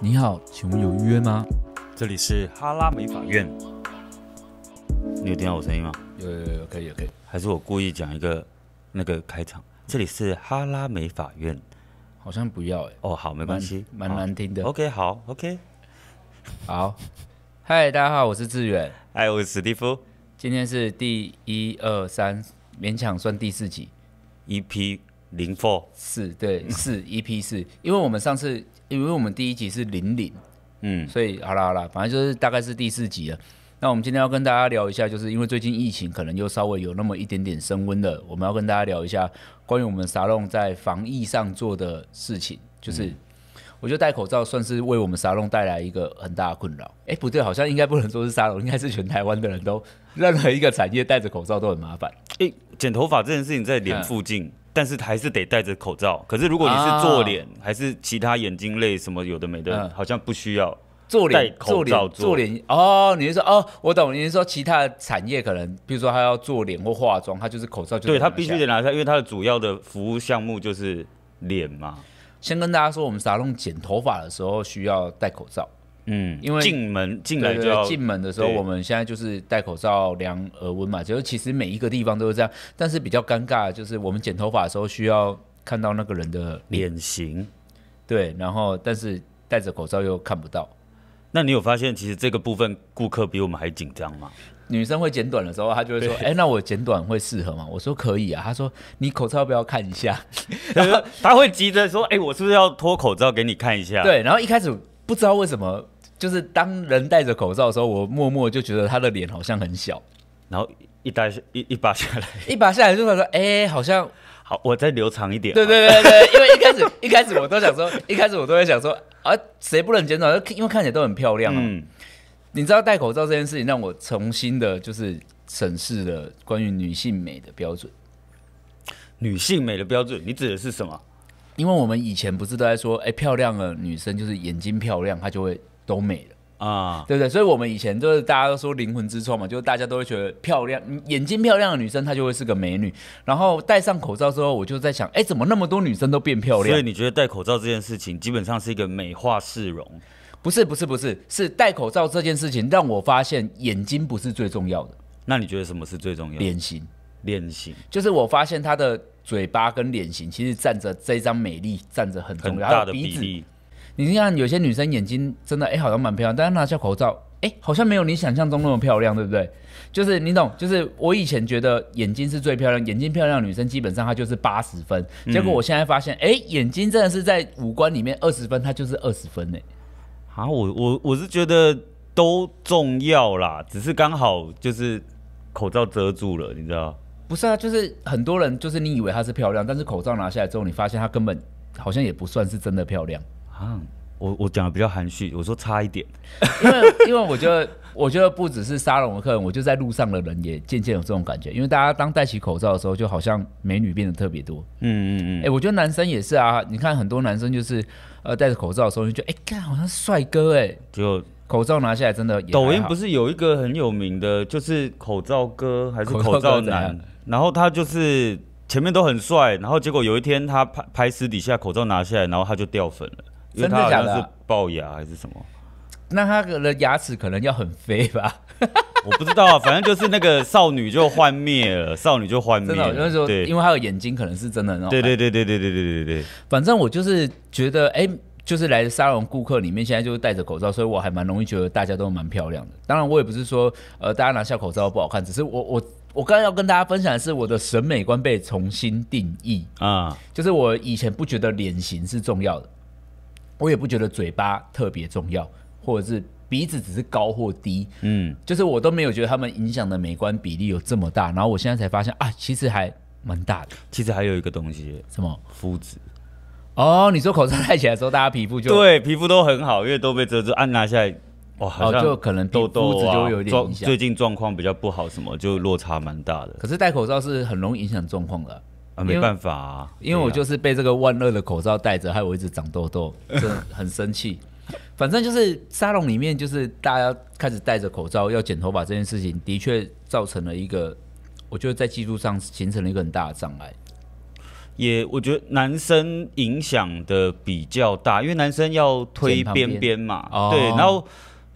你好，请问有预约吗？这里是哈拉美法院，你有听到我声音吗？有有有，可以可以。还是我故意讲一个那个开场？这里是哈拉美法院。好像不要哎、哦，好，没没关系，哦蛮蛮难听的。 OK，好，OK。好，嗨，大家好，我是志远，哎，我是史蒂夫今天是第一二三，勉强算第四集， ，EP ，E 零 four。四对四 EP 四，因为我们上次，因为我们第一集是零零，嗯，所以好啦好啦，反正就是大概是第四集了。那我们今天要跟大家聊一下，就是因为最近疫情可能又稍微有那么一点点升温了，我们要跟大家聊一下关于我们沙龙在防疫上做的事情。就是、嗯我觉得戴口罩算是为我们沙龙带来一个很大的困扰。哎，不对，好像应该不能说是沙龙，应该是全台湾的人都任何一个产业戴着口罩都很麻烦。哎，剪头发这件事情在脸附嗯近，但是还是得戴着口罩。可是如果你是做脸，还是其他眼睛类什么有的没的，啊嗯好像不需要。做脸戴口罩做做脸做脸哦，你是说哦，我懂，你是说其他的产业可能，比如说他要做脸或化妆，他就是口罩就对得他拿必须下得拿下，因为他的主要的服务项目就是脸嘛。先跟大家说，我们沙龙剪头发的时候需要戴口罩，嗯，因为进门进来对就对要对，进门的时候对我们现在就是戴口罩量额温嘛，就是其实每一个地方都是这样，但是比较尴尬的就是我们剪头发的时候需要看到那个人的脸型。对，然后但是戴着口罩又看不到。那你有发现，其实这个部分顾客比我们还紧张 吗？女生会剪短的时候，她就会说：“哎、那我剪短会适合吗？”我说：“可以啊。”她说：“你口罩要不要看一 下他会急着说：“哎、我是不是要脱口罩给你看一？”下？”，对，然后一开始不知道为什么，就是当人戴着口罩的时候，我默默就觉得她的脸好像很小，然后一戴下一一拔下来， 一拔下来就会说：“哎、好像好，我再留长一点。对对对对，因为一开始一开始我都想说，一开始我都会想说啊，谁不能剪短？因为看起来都很漂亮啊。嗯，你知道戴口罩这件事情让我重新的，就是审视了关于女性美的标准。女性美的标准，你指的是什么？因为我们以前不是都在说，哎、漂亮的女生就是眼睛漂亮，她就会都美了，啊，对不对？所以我们以前就是大家都说灵魂之窗嘛，就是大家都会觉得漂亮，眼睛漂亮的女生她就会是个美女。然后戴上口罩之后，我就在想，哎、怎么那么多女生都变漂亮所以？你觉得戴口罩这件事情，基本上是一个美化市容，不是不是不是，是戴口罩这件事情让我发现眼睛不是最重要的，那你觉得什么是最重要的？脸型脸型就是我发现她的嘴巴跟脸型其实占着这张美丽占着很很重要，还大有的鼻比子。例，你看有些女生眼睛真的哎、好像蛮漂亮，但是拿下口罩哎、好像没有你想象中那么漂亮，对不对？就是你懂，就是我以前觉得眼睛是最漂亮，眼睛漂亮的女生基本上她就是八十分，嗯结果我现在发现哎、眼睛真的是在五官里面二十分，她就是二十分呢、啊，我我我是觉得都重要啦，只是刚好就是口罩遮住了，你知道？不是啊，就是很多人，就是你以为她是漂亮，但是口罩拿下来之后，你发现她根本好像也不算是真的漂 亮。啊，我我讲的比较含蓄，我说差一点，因为因为我觉得，我觉得不只是沙龙的客人，我就在路上的人也渐渐有这种感觉。因为大家当戴起口罩的时候，就好像美女变得特别多。嗯嗯哎、我觉得男生也是啊，你看很多男生就是呃戴着口罩的时候，你就觉得哎，看、好像帅哥哎、就口罩拿下来真的也抖音不是是有一个很有名的，就是口罩哥还是口罩口罩哥怎男样，然后他就是前面都很帅，然后结果有一天他拍拍私底下口罩拿下来，然后他就掉粉了，因为真的他好假像的啊是龅牙还是什么，那他的牙齿可能要很飞吧？我不知道啊，反 正就是那个少女就幻灭了，少女就幻灭真的，我了，就是说，嗯对因为他的眼睛可能是真的那种对对对对对对对对对，反正我就是觉得，哎、就是来沙龙顾客里面，现在就是戴着口罩，所以我还蛮容易觉得大家都蛮漂亮的。当然，我也不是说呃大家拿下口罩不好看，只是我我我刚刚要跟大家分享的是，我的审美观被重新定义，啊、就是我以前不觉得脸型是重要的，我也不觉得嘴巴特别重要，或者是鼻子只是高或低，嗯，就是我都没有觉得他们影响的美观比例有这么大。然后我现在才发现啊，其实还蛮大的。其实还有一个东西，什么？肤质。哦，你说口罩戴起来的时候，大家皮肤就哦对，皮肤都很好，因为都被遮住，按拿下来，哇，好像就可能皮痘痘肤质啊，就会有一点状影响最近状况比较不好，什么就落差蛮大的可是戴口罩是很容易影响状况的啊，啊，因没为办法、啊，因为我对啊就是被这个万恶的口罩戴着，害我一直长痘 痘，真的很生气。反正就是沙龙里面，就是大家开始戴着口罩要剪头发这件事情，的确造成了一个，我觉得在技术上形成了一个很大的障碍。也我觉得男生影响的比较大，因为男生要推剪旁边边边嘛，哦对，然后。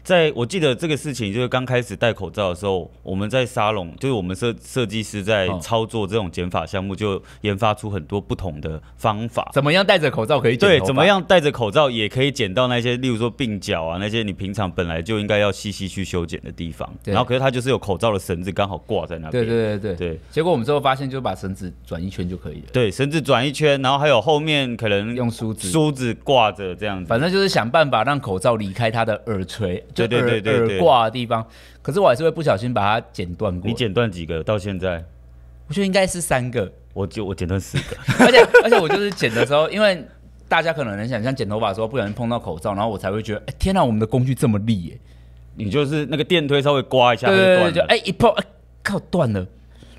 在我记得这个事情，就是刚开始戴口罩的时候，我们在沙龙，就是我们设设计师在哦操作这种减法项目，就研发出很多不同的方法。怎么样戴着口罩可以剪啊对，头发怎么？样戴着口罩也可以剪到那些，例如说鬓角啊，那些你平常本来就应该要细细去修剪的地方。对然后可是它就是有口罩的绳子刚好挂在那边。对对对对对结果我们最后发现，就把绳子转一圈就可以了，对，绳子转一圈，然后还有后面可能用梳子。嗯梳子挂着这样子。反正就是想办法让口罩离开他的耳垂，就对对对耳对耳对挂的地方。可是我还是会不小心把它剪断过。你剪断几个？到现在，我觉得应该是三个，我就我剪断四个。 而且而且我就是剪的时候，因为大家可能很想像剪头发的时候不小心碰到口罩，然后我才会觉得，哎、天哪、我们的工具这么利耶、你就是那个电推稍微刮一下它对就对断对，了。就哎、一碰，哎、靠断了。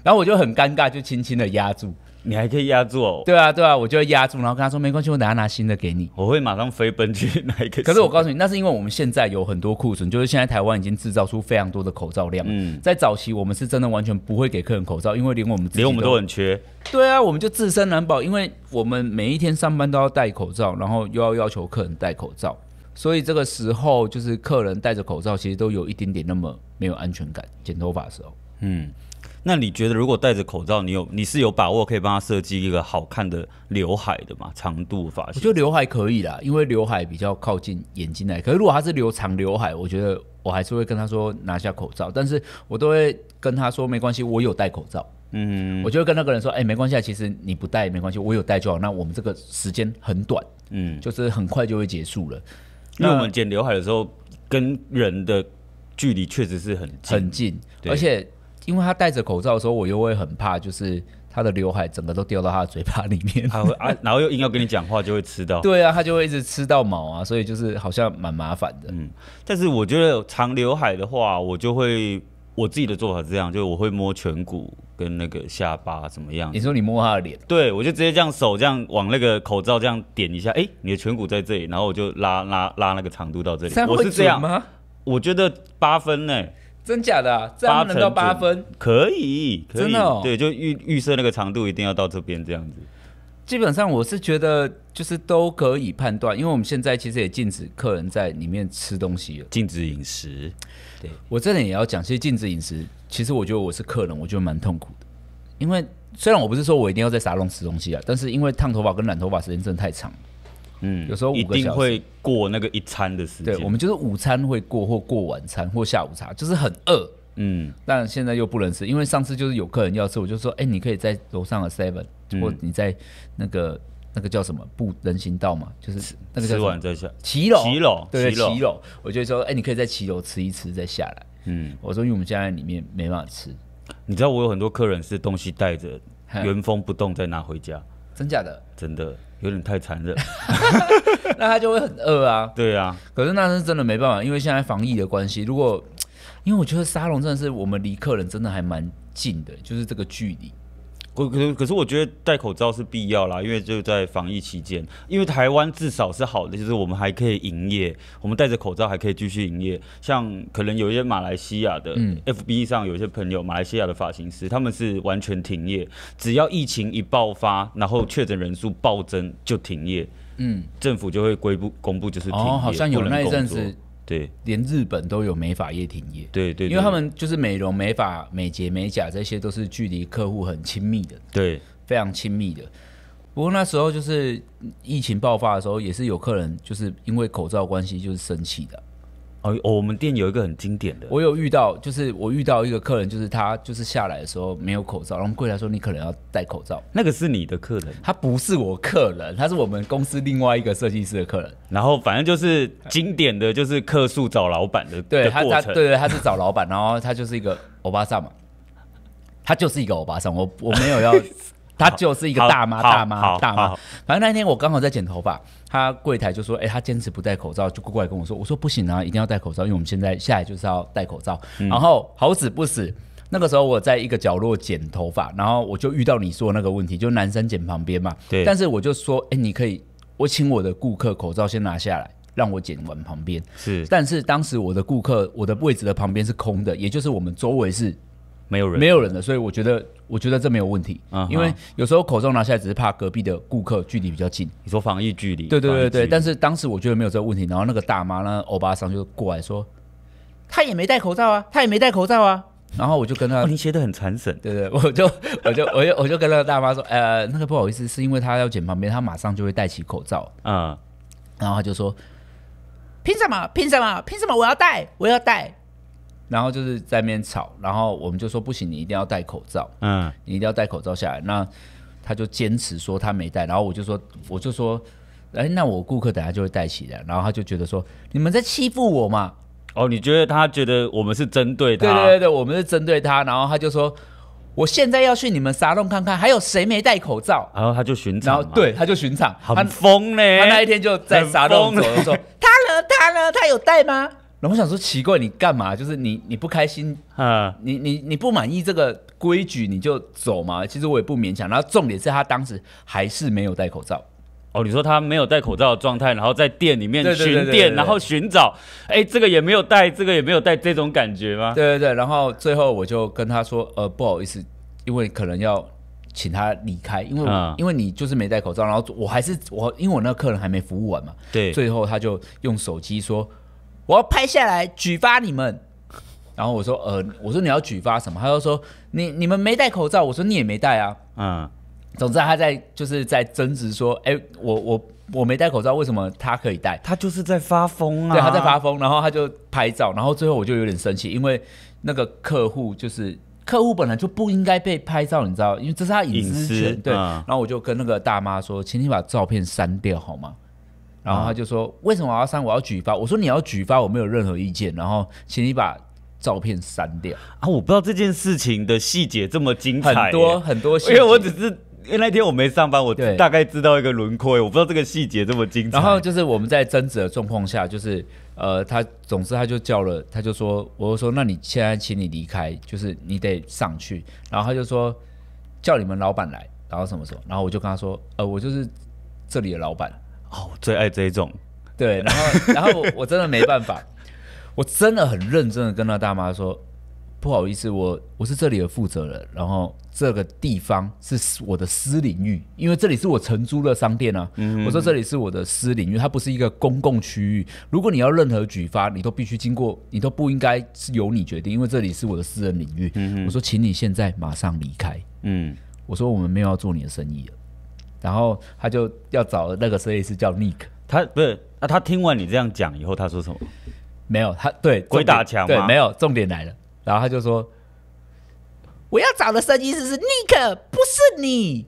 然后我就很尴尬，就轻轻的压住。你还可以压住哦。对啊，对啊，我就会压住，然后跟他说没关系，我等下拿新的给你。我会马上飞奔去 拿一个。可是我告诉你，那是因为我们现在有很多库存，就是现在台湾已经制造出非常多的口罩量。嗯嗯，在早期我们是真的完全不会给客人口罩，因为连我们自己连我们都很缺。对啊，我们就自身难保，因为我们每一天上班都要戴口罩，然后又要要求客人戴口罩，所以这个时候就是客人戴着口罩，其实都有一点点那么没有安全感。剪头发的时候，嗯，那你觉得如果戴着口罩，你有你是有把握可以帮他设计一个好看的刘海的嘛？长度发我型觉得刘海可以啦，因为刘海比较靠近眼睛来。可是如果他是留长刘海，我觉得我还是会跟他说拿下口罩，但是我都会跟他说没关系，我有戴口罩。嗯我就会跟那个人说，哎、没关系，啊，其实你不戴没关系，我有戴就好。那我们这个时间很短，嗯，就是很快就会结束了，因为我们剪刘海的时候，跟人的距离确实是很近。很近。对而且因为他戴着口罩的时候，我又会很怕，就是他的刘海整个都掉到他的嘴巴里面。他会 啊，然后又硬要跟你讲话，就会吃到。对啊，他就会一直吃到毛啊，所以就是好像蛮麻烦的。但是我觉得长刘海的话，我就会我自己的做法是这样，就我会摸颧骨跟那个下巴怎么样你。说你摸他的脸，对，我就直接这样手这样往那个口罩这样点一下，哎、你的颧骨在这里，然后我就拉拉拉那个长度到这里。样我会是这准样，吗？我觉得八分呢、真假的、啊？这样能到八八成分？可以，可以，真的哦对，就预预设那个长度一定要到这边这样子。基本上我是觉得就是都可以判断，因为我们现在其实也禁止客人在里面吃东西了。禁止饮食，我这点也要讲，其实禁止饮食，其实我觉得我是客人，我觉得蛮痛苦的。因为虽然我不是说我一定要在沙龙吃东西啊，但是因为烫头发跟染头发时间真的太长了，嗯有时候五个一定小时会过那个一餐的时间。对我们就是午餐会过或过晚餐或下午茶，就是很饿，嗯，但现在又不能吃，因为上次就是有客人要吃，我就说，哎、你可以在楼上的 Seven、或嗯你在那个那个叫什么步人行道嘛，就是那个叫吃什么完再下，骑楼，骑楼对，骑楼骑楼，我就说，哎、你可以在骑楼吃一吃再下来。嗯，我说，因为我们现在里面没办法吃，你知道我有很多客人是东西带着嗨原封不动再拿回家，真假的？真的有点太残忍。 那他就会很饿啊。对啊，可是那是真的没办法，因为现在防疫的关系，如果因为我觉得沙龙真的是我们离客人真的还蛮近的，就是这个距离。可可可是我觉得戴口罩是必要啦，因为就在防疫期间，因为台湾至少是好的，就是我们还可以营业，我们戴着口罩还可以继续营业。像可能有一些马来西亚的、嗯 FB 上有一些朋友，马来西亚的发型师，他们是完全停业，只要疫情一爆发，然后确诊人数暴增就停业，嗯，政府就会规布公布就是停业，哦，好像有不能那一阵工子作，对连日本都有美发业停业，对对，因为他对们就是美容、美发、美睫、美甲这些都是距离客户很亲密的，对非常亲密的。不过那时候就是疫情爆发的时候，也是有客人就是因为口罩关系就是生气的。哦哦，我们店有一个很经典的，我有遇到，就是我遇到一个客人，就是他就是下来的时候没有口罩，然后柜台说你可能要戴口罩。那个是你的客人。他不是我客人，他是我们公司另外一个设计师的客人。然后反正就是经典的就是客诉找老板的对的他，过他程，对对，他是找老板，然后他就是一个欧巴桑嘛，他就是一个欧巴桑，我我没 有要，他就是一个大妈好好大妈好大妈好。反正那天我刚好在剪头发，他柜台就说：“哎、他坚持不戴口罩。”就过来跟我说：“我说不行啊，一定要戴口罩，因为我们现在下来就是要戴口罩。嗯然后好死不死。那个时候我在一个角落剪头发，然后我就遇到你说的那个问题，就男生剪旁边嘛。对但是我就说，哎、你可以，我请我的顾客口罩先拿下来，让我剪完旁边。是但是当时我的顾客，我的位置的旁边是空的，也就是我们周围是没有人，没有人的，所以我觉得我觉得这没有问题嗯，哼因为有时候口罩拿下来只是怕隔壁的顾客距离比较近。你说防疫距离，对对防疫对距对，离但是当时我觉得没有这个问题，然后那个大妈呢，欧巴桑就过来说，他也没戴口罩啊，他也没戴口罩啊， 然后我就跟他哦，你写的很传神， 对对，我就我就我就我就跟那个大妈说，呃，那个不好意思，是因为她要剪旁边，她马上就会戴起口罩，嗯，然后她就说，凭什么？凭什么？凭什么？我要戴，我要戴。然后就是在那边吵，然后我们就说不行，你一定要戴口罩，嗯，你一定要戴口罩下来。那她就坚持说她没戴，然后我就说我就说，哎，那我顾客等下就会戴起来。然后她就觉得说你们在欺负我嘛，哦，你觉得他觉得我们是针对他？对对对对，我们是针对她，然后她就说我现在要去你们沙龙看看，还有谁没戴口罩。然后他就寻然常后嘛，对，他就巡场，他很疯呢。他那一天就在很沙漏疯走的时候， 他呢，他呢，他有带吗？欸然后我想说奇怪，你干嘛？就是你你不开心，嗯，你你你不满意这个规矩你就走嘛。其实我也不勉强。然后重点是他当时还是没有戴口罩，哦，你说他没有戴口罩的状态，然后在店里面对对对对巡对对店，对然后寻找，哎，这个也没有戴，这个也没有戴，这种感觉吗？对对对。然后最后我就跟他说，呃，不好意思，因为可能要。请他离开，因为、嗯因为你就是没戴口罩，然后我还是我，因为我那个客人还没服务完嘛，对最后他就用手机说：“我要拍下来举发你们。”然后我说：“呃，我说你要举发什么？”他就说：“你你们没戴口罩。”我说：“你也没戴啊。嗯，”总之他在就是在争执说：“哎，我我我没戴口罩，为什么他可以戴？”他就是在发疯啊，对，他在发疯，然后他就拍照，然后最后我就有点生气，因为那个客户就是客户本来就不应该被拍照，你知道，因为这是他隐隐私私权。对，嗯然后我就跟那个大妈说，请你把照片删掉好吗？啊然后他就说，为什么我要删？我要举发。我说你要举发，我没有任何意见。然后请你把照片删掉，啊！我不知道这件事情的细节这么精彩耶，很多很多细因节，为我只是因为那天我没上班，我对大概知道一个轮廓，我不知道这个细节这么精彩。然后就是我们在争执的状况下，就是呃，他总之他就叫了，他就说，我就说那你现在请你离开，就是你得上去。然后他就说叫你们老板来，然后什么什么，然后我就跟他说，呃，我就是这里的老板，哦，我最爱这一种，对，然后然后我我真的没办法，我真的很认真的跟那大妈说。不好意思，我我是这里的负责人，然后这个地方是我的私领域，因为这里是我承租的商店啊。我说这里是我的私领域，它不是一个公共区域。如果你要任何举发，你都必须经过，你都不应该是由你决定，因为这里是我的私人领域。我说，请你现在马上离开。嗯，我说我们没有要做你的生意了。然后他就要找那个设计师叫 Nick，他不是啊，他听完你这样讲以后，他说什么？没有，他对鬼重点打墙吗对，没有重点来了。然后他就说：“我要找的设计师是 Nick，不是你。”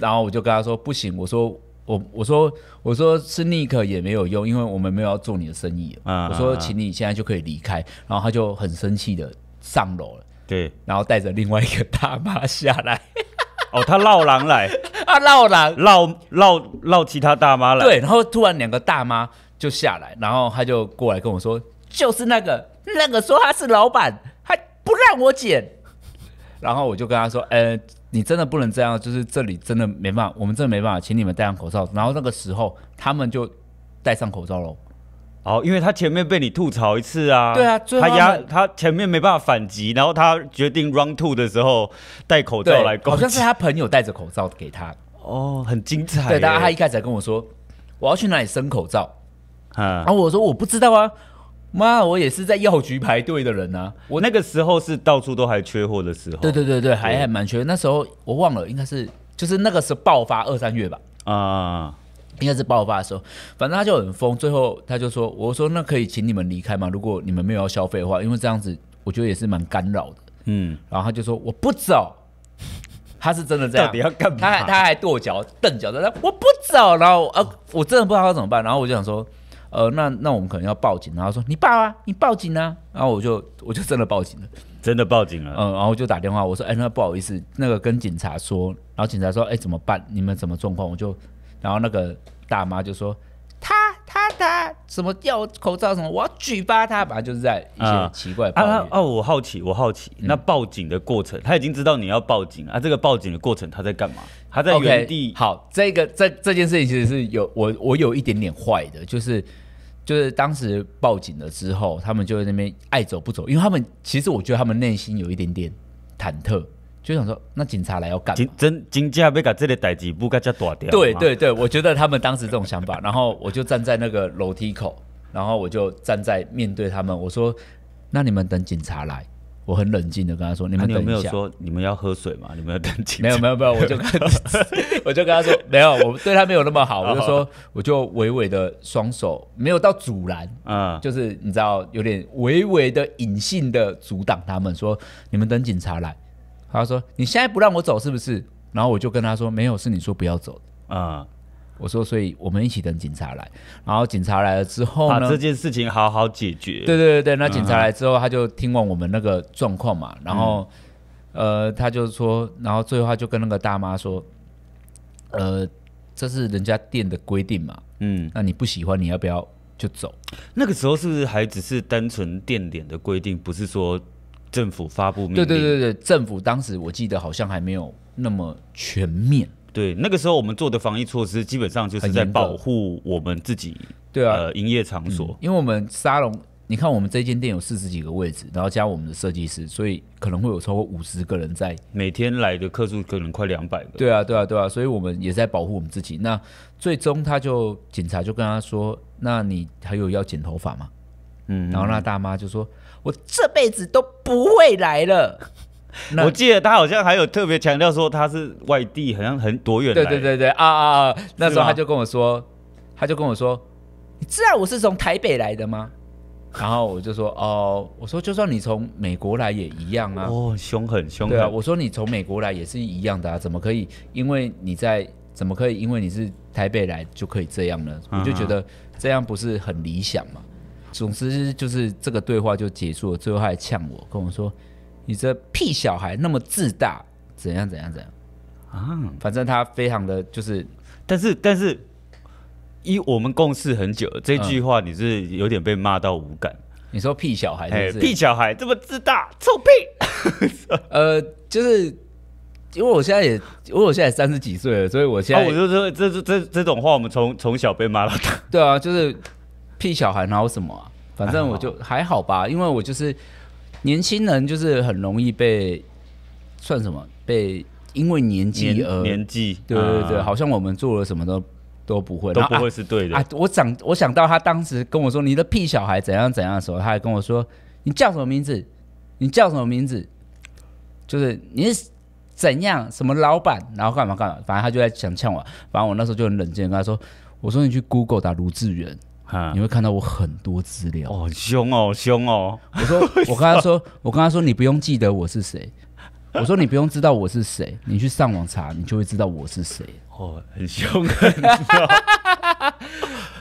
然后我就跟他说：“不行，我说我我说我说是 Nick 也没有用，因为我们没有要做你的生意了。嗯我嗯说，嗯请你现在就可以离开。然后他就很生气的上楼了，对，然后带着另外一个大妈下来，哦，他绕狼来， 啊，绕了。绕绕绕其他大妈来，，对，然后突然两个大妈就下来，然后他就过来跟我说，就是那个那个说他是老板，还不让我剪。然后我就跟他说，呃，你真的不能这样，就是这里真的没办法，我们真的没办法，请你们戴上口罩。然后那个时候他们就戴上口罩喽。哦，因为他前面被你吐槽一次啊，对啊最后他他压们他前面没办法反击，然后他决定 round two 的时候戴口罩来对，好攻像是击，他朋友戴着口罩给他。哦，很精彩耶，对，但他一开始还跟我说，我要去哪里生口罩。嗯然，后我说我不知道啊，妈，我也是在药局排队的人啊。我那个时候是到处都还缺货的时候，对对对对，还还蛮缺。那时候我忘了，应该是就是那个时候爆发二三月吧，啊、应该是爆发的时候。反正他就很疯，最后他就说：“我说那可以请你们离开吗？如果你们没有要消费的话，因为这样子我觉得也是蛮干扰的。嗯”然后他就说：“我不走。”他是真的这 样，到底要干嘛他还他还跺脚蹬脚，他说我不走。然后呃，我真的不知道他怎么办。然后我就想说，呃，那那我们可能要报警。然后他说你报啊，你报警啊。然后我就我就真的报警了。真的报警了。嗯，然后就打电话，我说，哎、那不好意思，那个跟警察说，然后警察说，哎、怎么办？你们什么状况？我就，然后那个大妈就说，他他他什么要口罩什么，我要举报他，反正就是在一些啊奇怪的抱啊怨。啊！哦，我好奇，我好奇，嗯那报警的过程，他已经知道你要报警啊。这个报警的过程，他在干嘛？他在 OK，原地好，这个这这件事情其实是有我我有一点点坏的，就是就是当时报警了之后，他们就在那边爱走不走，因为他们其实我觉得他们内心有一点点忐忑，就想说那警察来要干嘛真？真真正要把这个代志不该遮大掉。对，对对，我觉得他们当时这种想法，然后我就站在那个楼梯口，然后我就站在面对他们，我说：“那你们等警察来。”我很冷静的跟他说：“你那们啊你有等没一有下。说你们要喝水吗？你们要等警察？没 有没有没有，我就跟 他我就跟他说没有，我对他没有那么好， 我就说我就微微的双手没有到阻拦，嗯，就是你知道有点微微的隐性的阻挡他们，说你们等警察来。他说你现在不让我走是不是？然后我就跟他说没有，是你说不要走的嗯，我说，所以我们一起等警察来。然后警察来了之后把呢这？件事情好好解决。对对对对，那警察来之后，他就听完我们那个状况嘛，然后、嗯呃，他就说，然后最后他就跟那个大妈说，呃，这是人家店的规定嘛，嗯，那你不喜欢，你要不要就走？那个时候是不是还只是单纯店点的规定，不是说政府发布命令？对对对对，政府当时我记得好像还没有那么全面。对那个时候我们做的防疫措施基本上就是很在严格保护我们自己，对啊，呃，营业场所。因为我们沙龙，你看我们这间店有四十几个位置，然后加我们的设计师，所以可能会有超过五十个人在每天来的客数可能快两百个。对啊，对啊，对啊，所以我们也在保护我们自己。那最终他就警察就跟他说：“那你还有要剪头发吗？”嗯，然后那大妈就说：“我这辈子都不会来了。那我记得他好像还有特别强调说他是外地，好像很多”远来。 对对，对对啊啊啊！那时候吗他就跟我说，他就跟我说：“你知道我是从台北来的吗？”然后我就说：“哦，我说就算你从美国来也一样啊。”哦，凶狠凶狠。对啊，我说你从美国来也是一样的啊，怎么可以因为你在怎么可以因为你是台北来就可以这样呢？嗯我就觉得这样不是很理想嘛。总之就是这个对话就结束了，最后他还呛我，跟我说：“你这屁小孩那么自大，怎样怎样怎样。啊，”反正他非常的就是但是但是，一我们共事很久，这句话你是有点被骂到无感。你说屁小孩哎、是不是？屁小孩这么自大，臭屁！呃，就是因为我现在也因为我现在三十几岁了，所以我现啊，在、我就说这这这这种话，我们从从小被骂到大。对啊，就是屁小孩哪有什么啊？反正我就还好吧，因为我就是年轻人，就是很容易被算什么被因为年纪而年年纪，对对对，啊好像我们做了什么都都不会，都然后不啊会是对的。啊！我想我想到他当时跟我说你的屁小孩怎样怎样的时候，他还跟我说你叫什么名字？你叫什么名字？就是你是怎样什么老板，然后干嘛干嘛，反正他就在想呛我。反正我那时候就很冷静，跟他说：“我说你去 Google 打卢志远，啊你会看到我很多资料。哦，凶哦，凶哦，我说，我跟他说，我跟他说，你不用记得我是谁，我说你不用知道我是谁，你去上网查，你就会知道我是谁。哦，很凶。嗯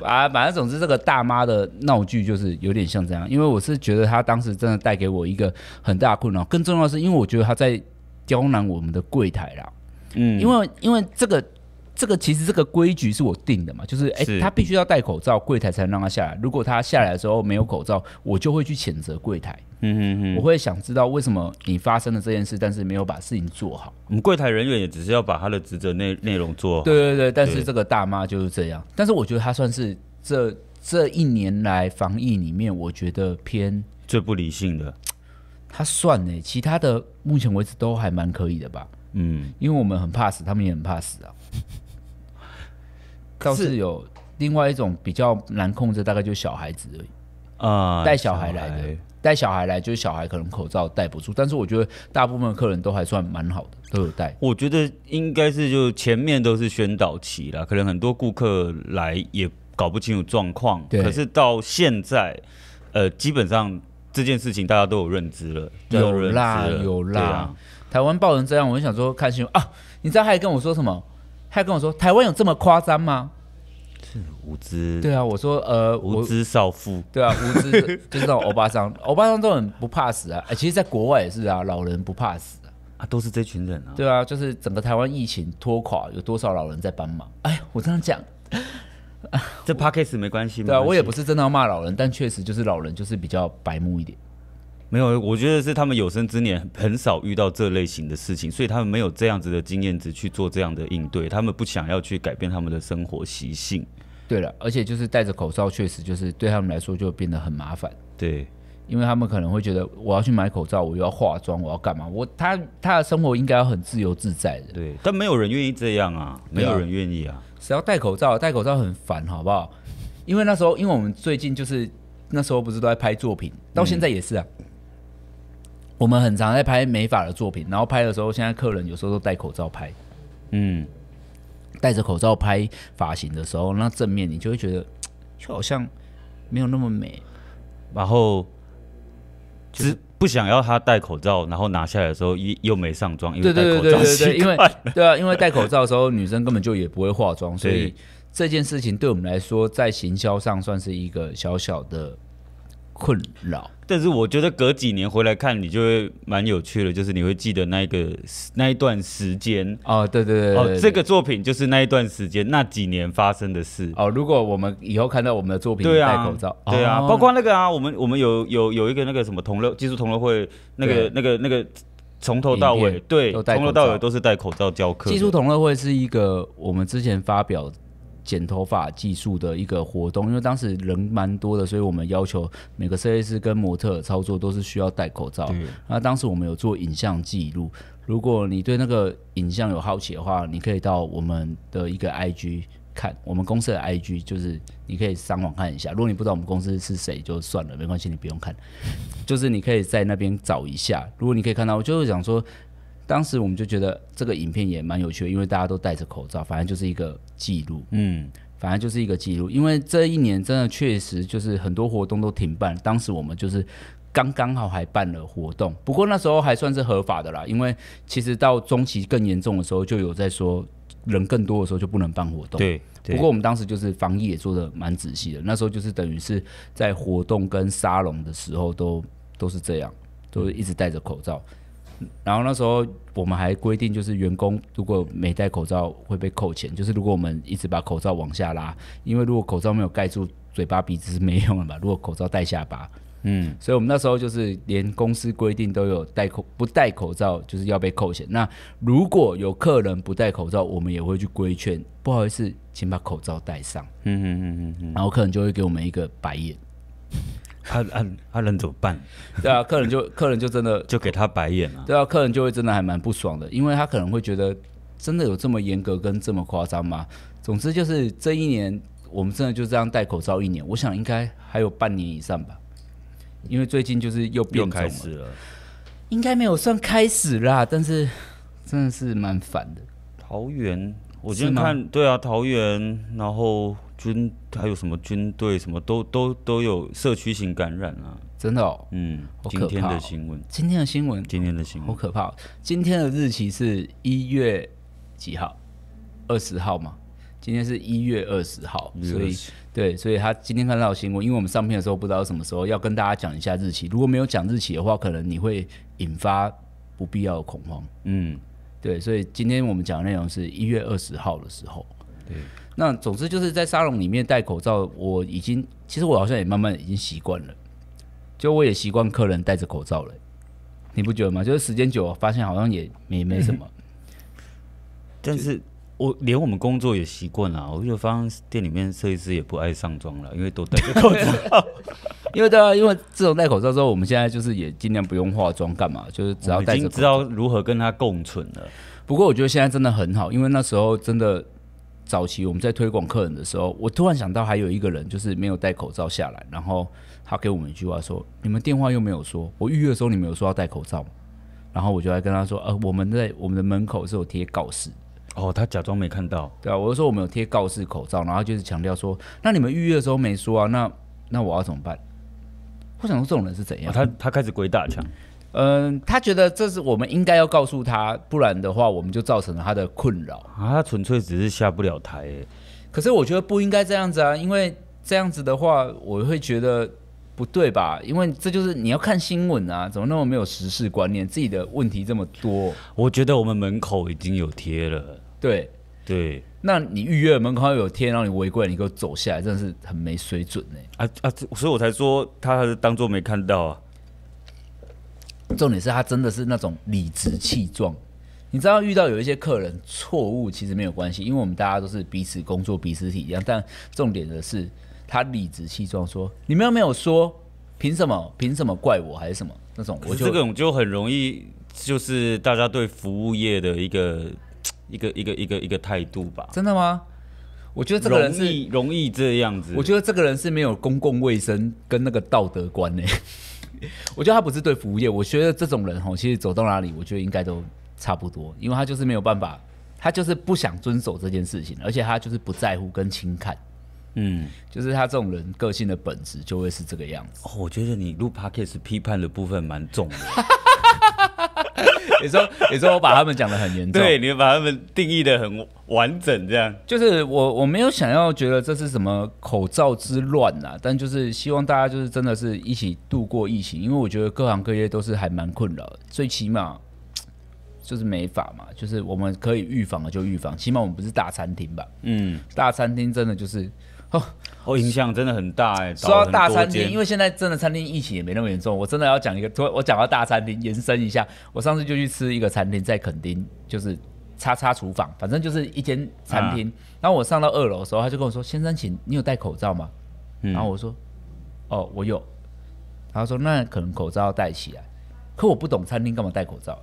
啊，反正总之这个大妈的闹剧就是有点像这样，因为我是觉得她当时真的带给我一个很大的困扰，更重要的是，因为我觉得她在刁难我们的柜台啦，嗯，因为因为这个。这个其实这个规矩是我定的嘛，就是哎、是他必须要戴口罩，柜台才能让他下来。如果他下来的时候没有口罩，我就会去谴责柜台。嗯嗯嗯，我会想知道为什么你发生了这件事，但是没有把事情做好。我们柜台人员也只是要把他的职责内内容做好。对对哦对，但是对这个大妈就是这样。但是我觉得她算是这这一年来防疫里面，我觉得偏最不理性的，她算呢，其他的目前为止都还蛮可以的吧。嗯，因为我们很怕死，他们也很怕死啊。 倒是有另外一种比较难控制，大概就是小孩子而已。啊带小孩来的，带小孩来就是小孩可能口罩戴不住，但是我觉得大部分的客人都还算蛮好的，都有戴。我觉得应该是就前面都是宣导期啦，可能很多顾客来也搞不清楚状况，对可是到现在，呃，基本上这件事情大家都有认知了，大家都有认知啦了有对啦，啊台湾爆成这样，我就想说看新闻啊，你知道他还跟我说什么？他还跟我说台湾有这么夸张吗？无知对啊，我说呃，无我知少妇，对啊，无知 就是那种欧巴桑，欧巴桑都很不怕死啊。哎，其实，在国外也是啊，老人不怕死啊。啊，都是这群人啊，对啊，就是整个台湾疫情拖垮，有多少老人在帮忙？哎，我这样讲，这 p a c k a g e 没关系，对啊，没关系我也不是真的要骂老人，但确实就是老人就是比较白目一点。没有，我觉得是他们有生之年很少遇到这类型的事情，所以他们没有这样子的经验值去做这样的应对，他们不想要去改变他们的生活习性。对了，而且就是戴着口罩，确实就是对他们来说就变得很麻烦，对，因为他们可能会觉得我要去买口罩，我又要化妆，我要干嘛？我他他的生活应该要很自由自在的，对，但没有人愿意这样啊，没对啊有人愿意啊。谁要戴口罩？戴口罩很烦，好不好？因为那时候，因为我们最近就是那时候不是都在拍作品，到现在也是啊。我们很常在拍美发的作品，然后拍的时候，现在客人有时候都戴口罩拍，嗯，戴着口罩拍发型的时候，那正面你就会觉得就好像没有那么美。然后只不想要他戴口罩，然后拿下来的时候又又没上妆，因对为戴对口对罩对对，习因为惯对啊，因为戴口罩的时候，女生根本就也不会化妆，所以对这件事情对我们来说，在行销上算是一个小小的困扰。 但是我觉得隔几年回来看，你就会蛮有趣的，就是你会记得那一个那一段时间。哦，对对对对哦，对这个作品就是那一段时间那几年发生的事。哦，如果我们以后看到我们的作品对戴啊，口罩，对啊，哦包括那个啊，我们我们有有有一个那个什么同乐技术同乐会，那个对那个那个从头到尾影片，对，都戴口罩从头到尾都是戴口罩教课的。技术同乐会是一个我们之前发表剪头发技术的一个活动，因为当时人蛮多的，所以我们要求每个设计师跟模特操作都是需要戴口罩。那当时我们有做影像记录，如果你对那个影像有好奇的话，你可以到我们的一个 IG。看我们公司的 IG，就是你可以上网看一下。如果你不知道我们公司是谁，就算了，没关系，你不用看。就是你可以在那边找一下。如果你可以看到，我就是想说，当时我们就觉得这个影片也蛮有趣的，因为大家都戴着口罩，反正就是一个记录，嗯，反正就是一个记录。因为这一年真的确实就是很多活动都停办，当时我们就是刚刚好还办了活动，不过那时候还算是合法的啦，因为其实到中期更严重的时候，就有在说人更多的时候就不能办活动。对，不过我们当时就是防疫也做的蛮仔细的，那时候就是等于是在活动跟沙龙的时候都都是这样，都是一直戴着口罩。然后那时候我们还规定，就是员工如果没戴口罩会被扣钱，就是如果我们一直把口罩往下拉，因为如果口罩没有盖住嘴巴鼻子是没用的嘛，如果口罩戴下巴，嗯，所以我们那时候就是连公司规定都有戴口不戴口罩就是要被扣钱。那如果有客人不戴口罩，我们也会去规劝，不好意思，请把口罩戴上。嗯嗯嗯嗯然后客人就会给我们一个白 眼，嗯，他他他能怎么办？对啊，客人就客人就真的就给他白眼啊。对啊，客人就会真的还蛮不爽的，因为他可能会觉得真的有这么严格跟这么夸张吗？总之就是这一年我们真的就这样戴口罩一年，我想应该还有半年以上吧，因为最近就是又又变种开了。始了，应该没有算开始啦，但是真的是蛮烦的。桃园，我是今天吗看，对啊，桃园，然后军还有什么军队，什么都都都有社区型感染啊。真的哦。嗯，好今可天怕的哦新闻，今天的新闻今天的新好闻，可怕哦、今天的日期是一月几号？二十号吗？今天是一月二十号，所以20对，所以他今天看到的新闻，因为我们上片的时候不知道什么时候，要跟大家讲一下日期。如果没有讲日期的话，可能你会引发不必要的恐慌。嗯，对，所以今天我们讲的内容是一月二十号的时候。对，那总之就是在沙龙里面戴口罩，我已经其实我好像也慢慢已经习惯了，就我也习惯客人戴着口罩了，你不觉得吗？就是时间久了，发现好像也没没 什么。但是我连我们工作也习惯了，我就发现店里面设计师也不爱上妆了，因为都戴着口罩。因为大家因为自从戴口罩之后，我们现在就是也尽量不用化妆干嘛，就是 只我要们戴已着经知口罩。道如何跟他共存了。不过我觉得现在真的很好，因为那时候真的早期我们在推广客人的时候，我突然想到还有一个人就是没有戴口罩下来，然后他给我们一句话说：“你们电话又没有说，我预约的时候你们有说要戴口罩吗？”然后我就来跟他说：“呃，我们在我们的门口是有贴告示，哦，他假装没看到。对啊，我就说我们有贴告示口罩，然后他就是强调说，那你们预约的时候没说啊，那那我要怎么办？”我想说这种人是怎样哦、？他他开始鬼打墙，嗯，他觉得这是我们应该要告诉他，不然的话我们就造成了他的困扰。啊，他纯粹只是下不了台欸。可是我觉得不应该这样子啊，因为这样子的话，我会觉得不对吧？因为这就是你要看新闻啊，怎么那么没有时事观念？自己的问题这么多，我觉得我们门口已经有贴了，对？对那你预约门口有贴，然后你围过来，你给我走下来，真的是很没水准欸呢、啊啊，这所以我才说他还是当做没看到啊。重点是他真的是那种理直气壮，你知道遇到有一些客人错误其实没有关系，因为我们大家都是彼此工作、彼此体谅。但重点的是，他理直气壮说：“你们又没有说，凭什么？凭什么怪我还是什么？”那种我我就这种就很容易，就是大家对服务业的一个一个一个一个一个态度吧，真的吗？我觉得这个人容是，易容易这样子。我觉得这个人是没有公共卫生跟那个道德观呢、 我觉得他不是对服务业，我觉得这种人吼，其实走到哪里，我觉得应该都差不多，因为他就是没有办法，他就是不想遵守这件事情，而且他就是不在乎跟轻看。嗯、就是他这种人个性的本质就会是这个样子。哦，我觉得你录 podcast 批判的部分蛮 重的， 你说，你说我把他们讲的很严 重，对，，你把他们定义的很完整，这样。就是我我没有想要觉得这是什么口罩之乱呐、但就是希望大家就是真的是一起度过疫情，因为我觉得各行各业都是还蛮困扰的，最起码。就是没法嘛，就是我们可以预防的就预防，起码我们不是大餐厅吧？嗯，大餐厅真的就是哦，哦，影响真的很大哎、说到大餐三厅，因为为现在真的餐厅疫情也没那么严重，我真的要讲一个，突然我讲到大餐厅，延伸一下，我上次就去吃一个餐厅，在垦丁，就是叉叉厨房，反正就是一间啊餐厅。然后我上到二楼的时候，他就跟我说：“先生，请你有戴口罩吗？”嗯然后我说：“哦，我有。”他说：“那可能口罩要戴起来。”可我不懂餐厅干嘛戴口罩，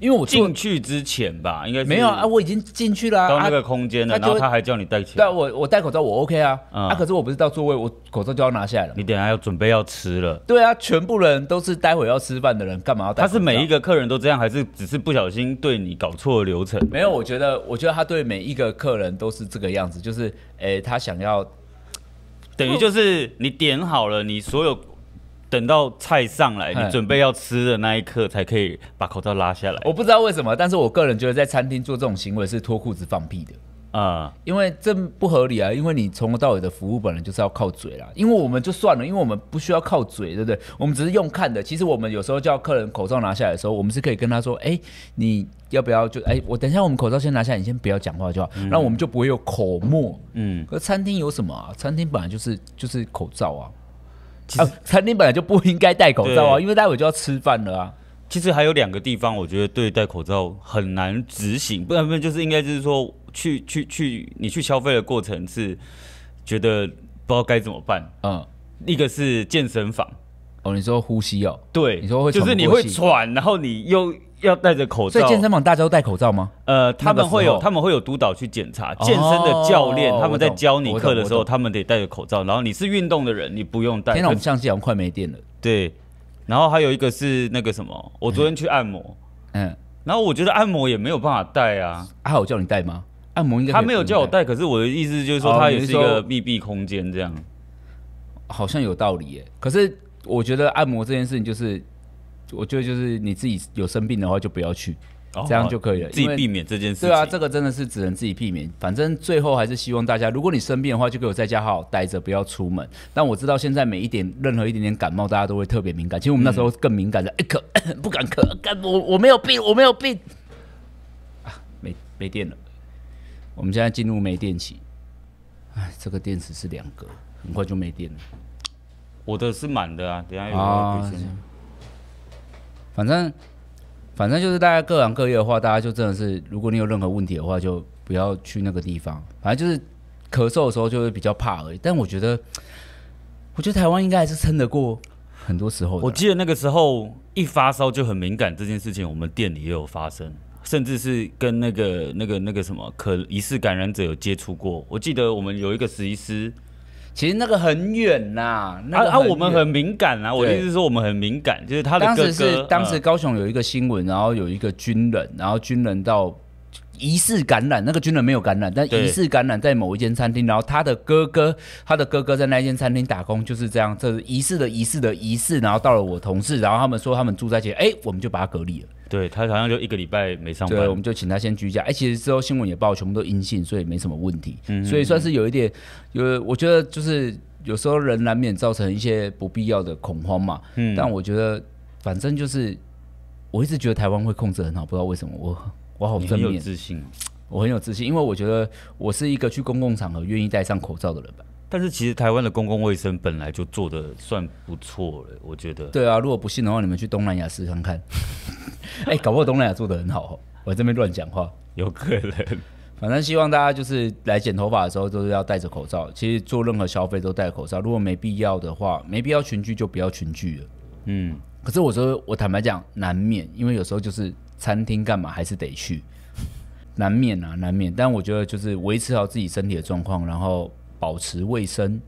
因为我进进去之前吧，应该是没有啊，我已经进去了啊到啊那个空间他了，然就后会他还叫你带起对来啊，，我我戴口罩我 OK 啊，嗯啊，可是我不是到座位，我口罩就要拿下来了。你等一下要准备要吃了。对啊，全部人都是待会要吃饭的人，干嘛要戴他口罩？是每一个个客人都这样，还是只是不小心对你搞错了流程？没有，我觉得，我觉得他对每一个客人都是这个样子，就是，诶、他想要等于就是你点好了，你所有等到菜上来，嗯你准备要吃的那一刻，才可以把口罩拉下来。我不知道为什么，但是我个人觉得在餐厅做这种行为是脱裤子放屁的，啊、因为这不合理啊，因为你从头到尾的服务本来就是要靠嘴啦，因为我们就算了，因为我们不需要靠嘴，对不对？我们只是用看的，其实我们有时候叫客人口罩拿下来的时候，我们是可以跟他说，诶，你要不要就，诶，我等一下我们口罩先拿下来，你先不要讲话就好，那、我们就不会有口沫。嗯，可是餐厅有什么啊？餐厅本来就是就是口罩啊，其实啊，餐厅本来就不应该戴口罩啊，对因为待会就要吃饭了啊。其实还有两个地方，我觉得对戴口罩很难执行，不然不然就是应该就是说去去去，你去消费的过程是觉得不知道该怎么办。嗯，一个是健身房，哦，你说呼吸哦，对，你说会就是喘不你过会气喘，然后你又要戴着口罩，所以健身房大家都戴口罩吗？呃，他们那个会时候有他们会有督导去检查健身的教练，哦他们在教你课的时我懂我候，懂他们得戴着口罩。然后你是运动的人，你不用戴。天哪，我可们相机好像快没电了。对，然后还有一个是那个什么，我昨天去按摩，嗯，然后我觉得按摩也没有办法戴啊。阿豪叫你戴吗？按摩应该可以他没有叫我戴，可是我的意思就是说，哦它也你是是一个说密闭空间这样。不用戴，好像有道理耶。可是我觉得按摩这件事情就是。我觉得就是你自己有生病的话就不要去，哦这样就可以了自己因为避免这件事情。对啊，这个真的是只能自己避免。反正最后还是希望大家，如果你生病的话，就给我在家好好待着，不要出门。但我知道现在每一点任何一点点感冒，大家都会特别敏感。其实我们那时候更敏感的，哎、咳咳不敢咳，干我我没有病，我没有病啊，没没电了。我们现在进入没电期，哎，这个电池是两个，很快就没电了。我的是满的啊，等一下有啊个卫生反正反正就是大家各行各业的话，大家就真的是，如果你有任何问题的话，就不要去那个地方。反正就是咳嗽的时候就会比较怕而已。但我觉得，我觉得台湾应该还是撑得过很多时候的啦。啊我记得那个时候一发烧就很敏感这件事情，我们店里也有发生，甚至是跟那个那个那个什么可疑似感染者有接触过。我记得我们有一个实习师，其实那个很远呐、那个啊啊，远我们很敏感啊，我的对意思是说我们很敏感，就是他的当哥哥时是当时嗯高雄有一个新闻，然后有一个军人，然后军人到疑似感染，那个军人没有感染，但对疑似感染在某一间餐厅，然后他的哥哥，他的哥哥在那间餐厅打工，就是这样，这是疑似的疑似的疑似，然后到了我同事，然后他们说他们住在一起，哎，我们就把他隔离了，对他好像就一个礼拜没上对，我班，们就请他先居家，哎，其实之后新闻也报，全部都阴性，所以没什么问题，嗯所以算是有一点，有我觉得就是有时候人难免造成一些不必要的恐慌嘛，嗯但我觉得，反正就是，我一直觉得台湾会控制很好，不知道为什么我我好你正很有面，自信哦。我很有自信，因为我觉得我是一个去公共场合愿意戴上口罩的人吧。但是其实台湾的公共卫生本来就做的算不错了，我觉得。对啊，如果不信的话，你们去东南亚试看 看。哎、搞不好东南亚做的很好哦，我这边乱讲话。有可能，反正希望大家就是来剪头发的时候都是要戴着口罩，其实做任何消费都戴口罩。如果没必要的话，没必要群聚就不要群聚了。嗯，可是我说，我坦白讲，难免，因为有时候就是餐厅干嘛还是得去， 难免啊，难免。但我觉得就是维持好自己身体的状况，然后保持卫生，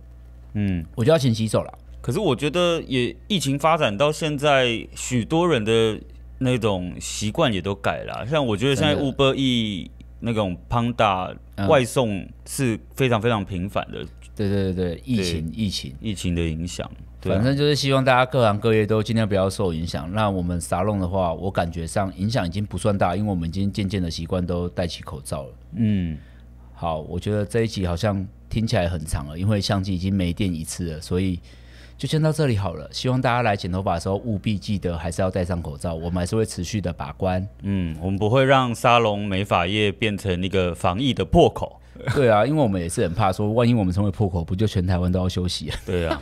嗯，我就要勤洗手了。可是我觉得也疫情发展到现在，许多人的那种习惯也都改了啊。像我觉得现在真的 Uber E 那种 Panda 嗯外送是非常非常频繁的，对对对对，疫情疫情，疫情的影响。对啊反正就是希望大家各行各业都尽量不要受影响。那我们沙龙的话，我感觉上影响已经不算大，因为我们已经渐渐的习惯都戴起口罩了。嗯，好，我觉得这一集好像听起来很长了，因为相机已经没电一次了，所以就先到这里好了。希望大家来剪头发的时候务必记得还是要戴上口罩，我们还是会持续的把关。嗯，我们不会让沙龙美发业变成一个防疫的破口。 对啊，因为我们也是很怕说，万一我们成为破口，不就全台湾都要休息啊？对啊，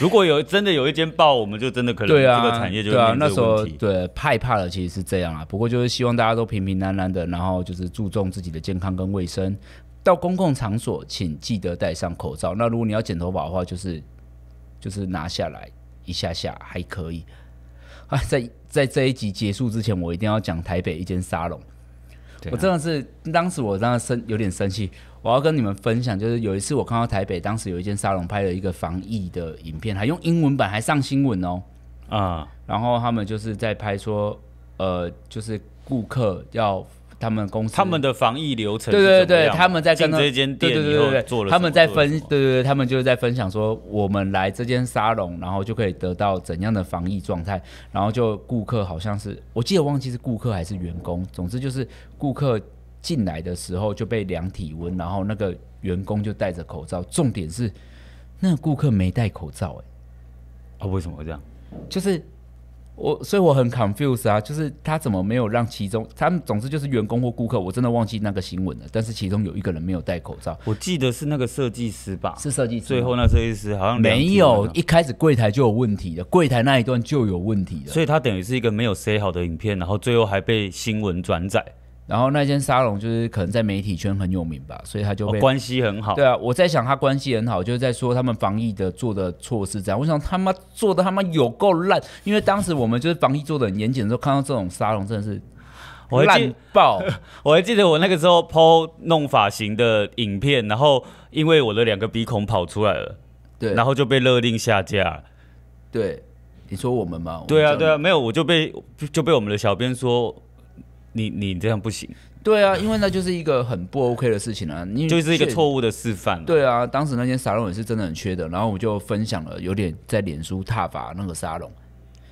如果有真的有一间爆，我们就真的可能对啊，这个产业就对啊，面那对时问候题。对害怕的其实是这样啊。不过就是希望大家都平平安安的，然后就是注重自己的健康跟卫生。到公共场所，请记得戴上口罩。那如果你要剪头发的话，就是就是拿下来一下下还可以。啊，在 在这一集结束之前，我一定要讲台北一间沙龙。对啊我真的是，当时我真的生有点生气。我要跟你们分享，就是有一次我看到台北，当时有一间沙龙拍了一个防疫的影片，还用英文版，还上新闻哦。啊，然后他们就是在拍说，呃，就是顾客要他们公司他们的防疫流程对是对怎么对，样他们在进跟这间对店对以对后对做对，了他们什么在分对做了什么对对，他们就是在分享说，我们来这间沙龙，然后就可以得到怎样的防疫状态，然后就顾客好像是我记得忘记是顾客还是员工，总之就是顾客进来的时候就被量体温，然后那个员工就戴着口罩，重点是那个顾客没戴口罩、欸，啊，为什么会这样？就是我，所以我很 confused 啊，就是他怎么没有让其中他们，总之就是员工或顾客，我真的忘记那个新闻了。但是其中有一个人没有戴口罩，我记得是那个设计师吧，是设计师吗最后那设计师好像没量体温有啊，一开始柜台就有问题的，柜台那一段就有问题的。所以他等于是一个没有 say 好的影片，然后最后还被新闻转载，然后那间沙龙就是可能在媒体圈很有名吧，所以他就哦被。关系很好对。啊，我在想他关系很好，就是在说他们防疫的做的措施这样。我想他妈做的他妈有够烂，因为当时我们就是防疫做的很严谨的时候，看到这种沙龙真的是我还烂记 爆。我还记得我那个时候 PO 弄发型的影片，然后因为我的两个鼻孔跑出来了，对，然后后就被勒令下架。对，你说我们吗？对啊，我们叫你对啊，没有，我就被就被我们的小编说，你你这样不行，对啊，因为那就是一个很不 OK 的事情啊，你就是一个确错误的示范。对啊，当时那间沙龙也是真的很缺的，然后我就分享了，有点在脸书踏伐那个沙龙。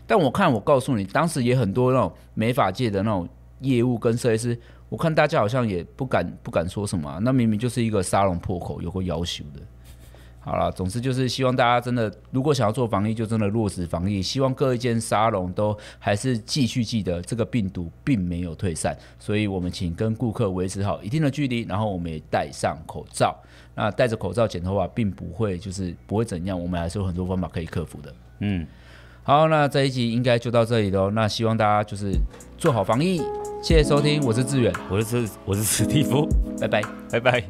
但我看，我告诉你，当时也很多那种美发界的那种业务跟设计师，我看大家好像也不敢不敢说什么啊、那明明就是一个沙龙破口，有个要求的。好啦，总之就是希望大家真的，如果想要做防疫，就真的落实防疫。希望各一间沙龙都还是继续记得，这个病毒并没有退散，所以我们请跟顾客维持好一定的距离，然后我们也戴上口罩。那戴着口罩剪头发并不会就是不会怎样，我们还是有很多方法可以克服的。嗯，好，那这一集应该就到这里喽。那希望大家就是做好防疫，谢谢收听，我是志远，我是我是史蒂夫，拜拜。拜拜。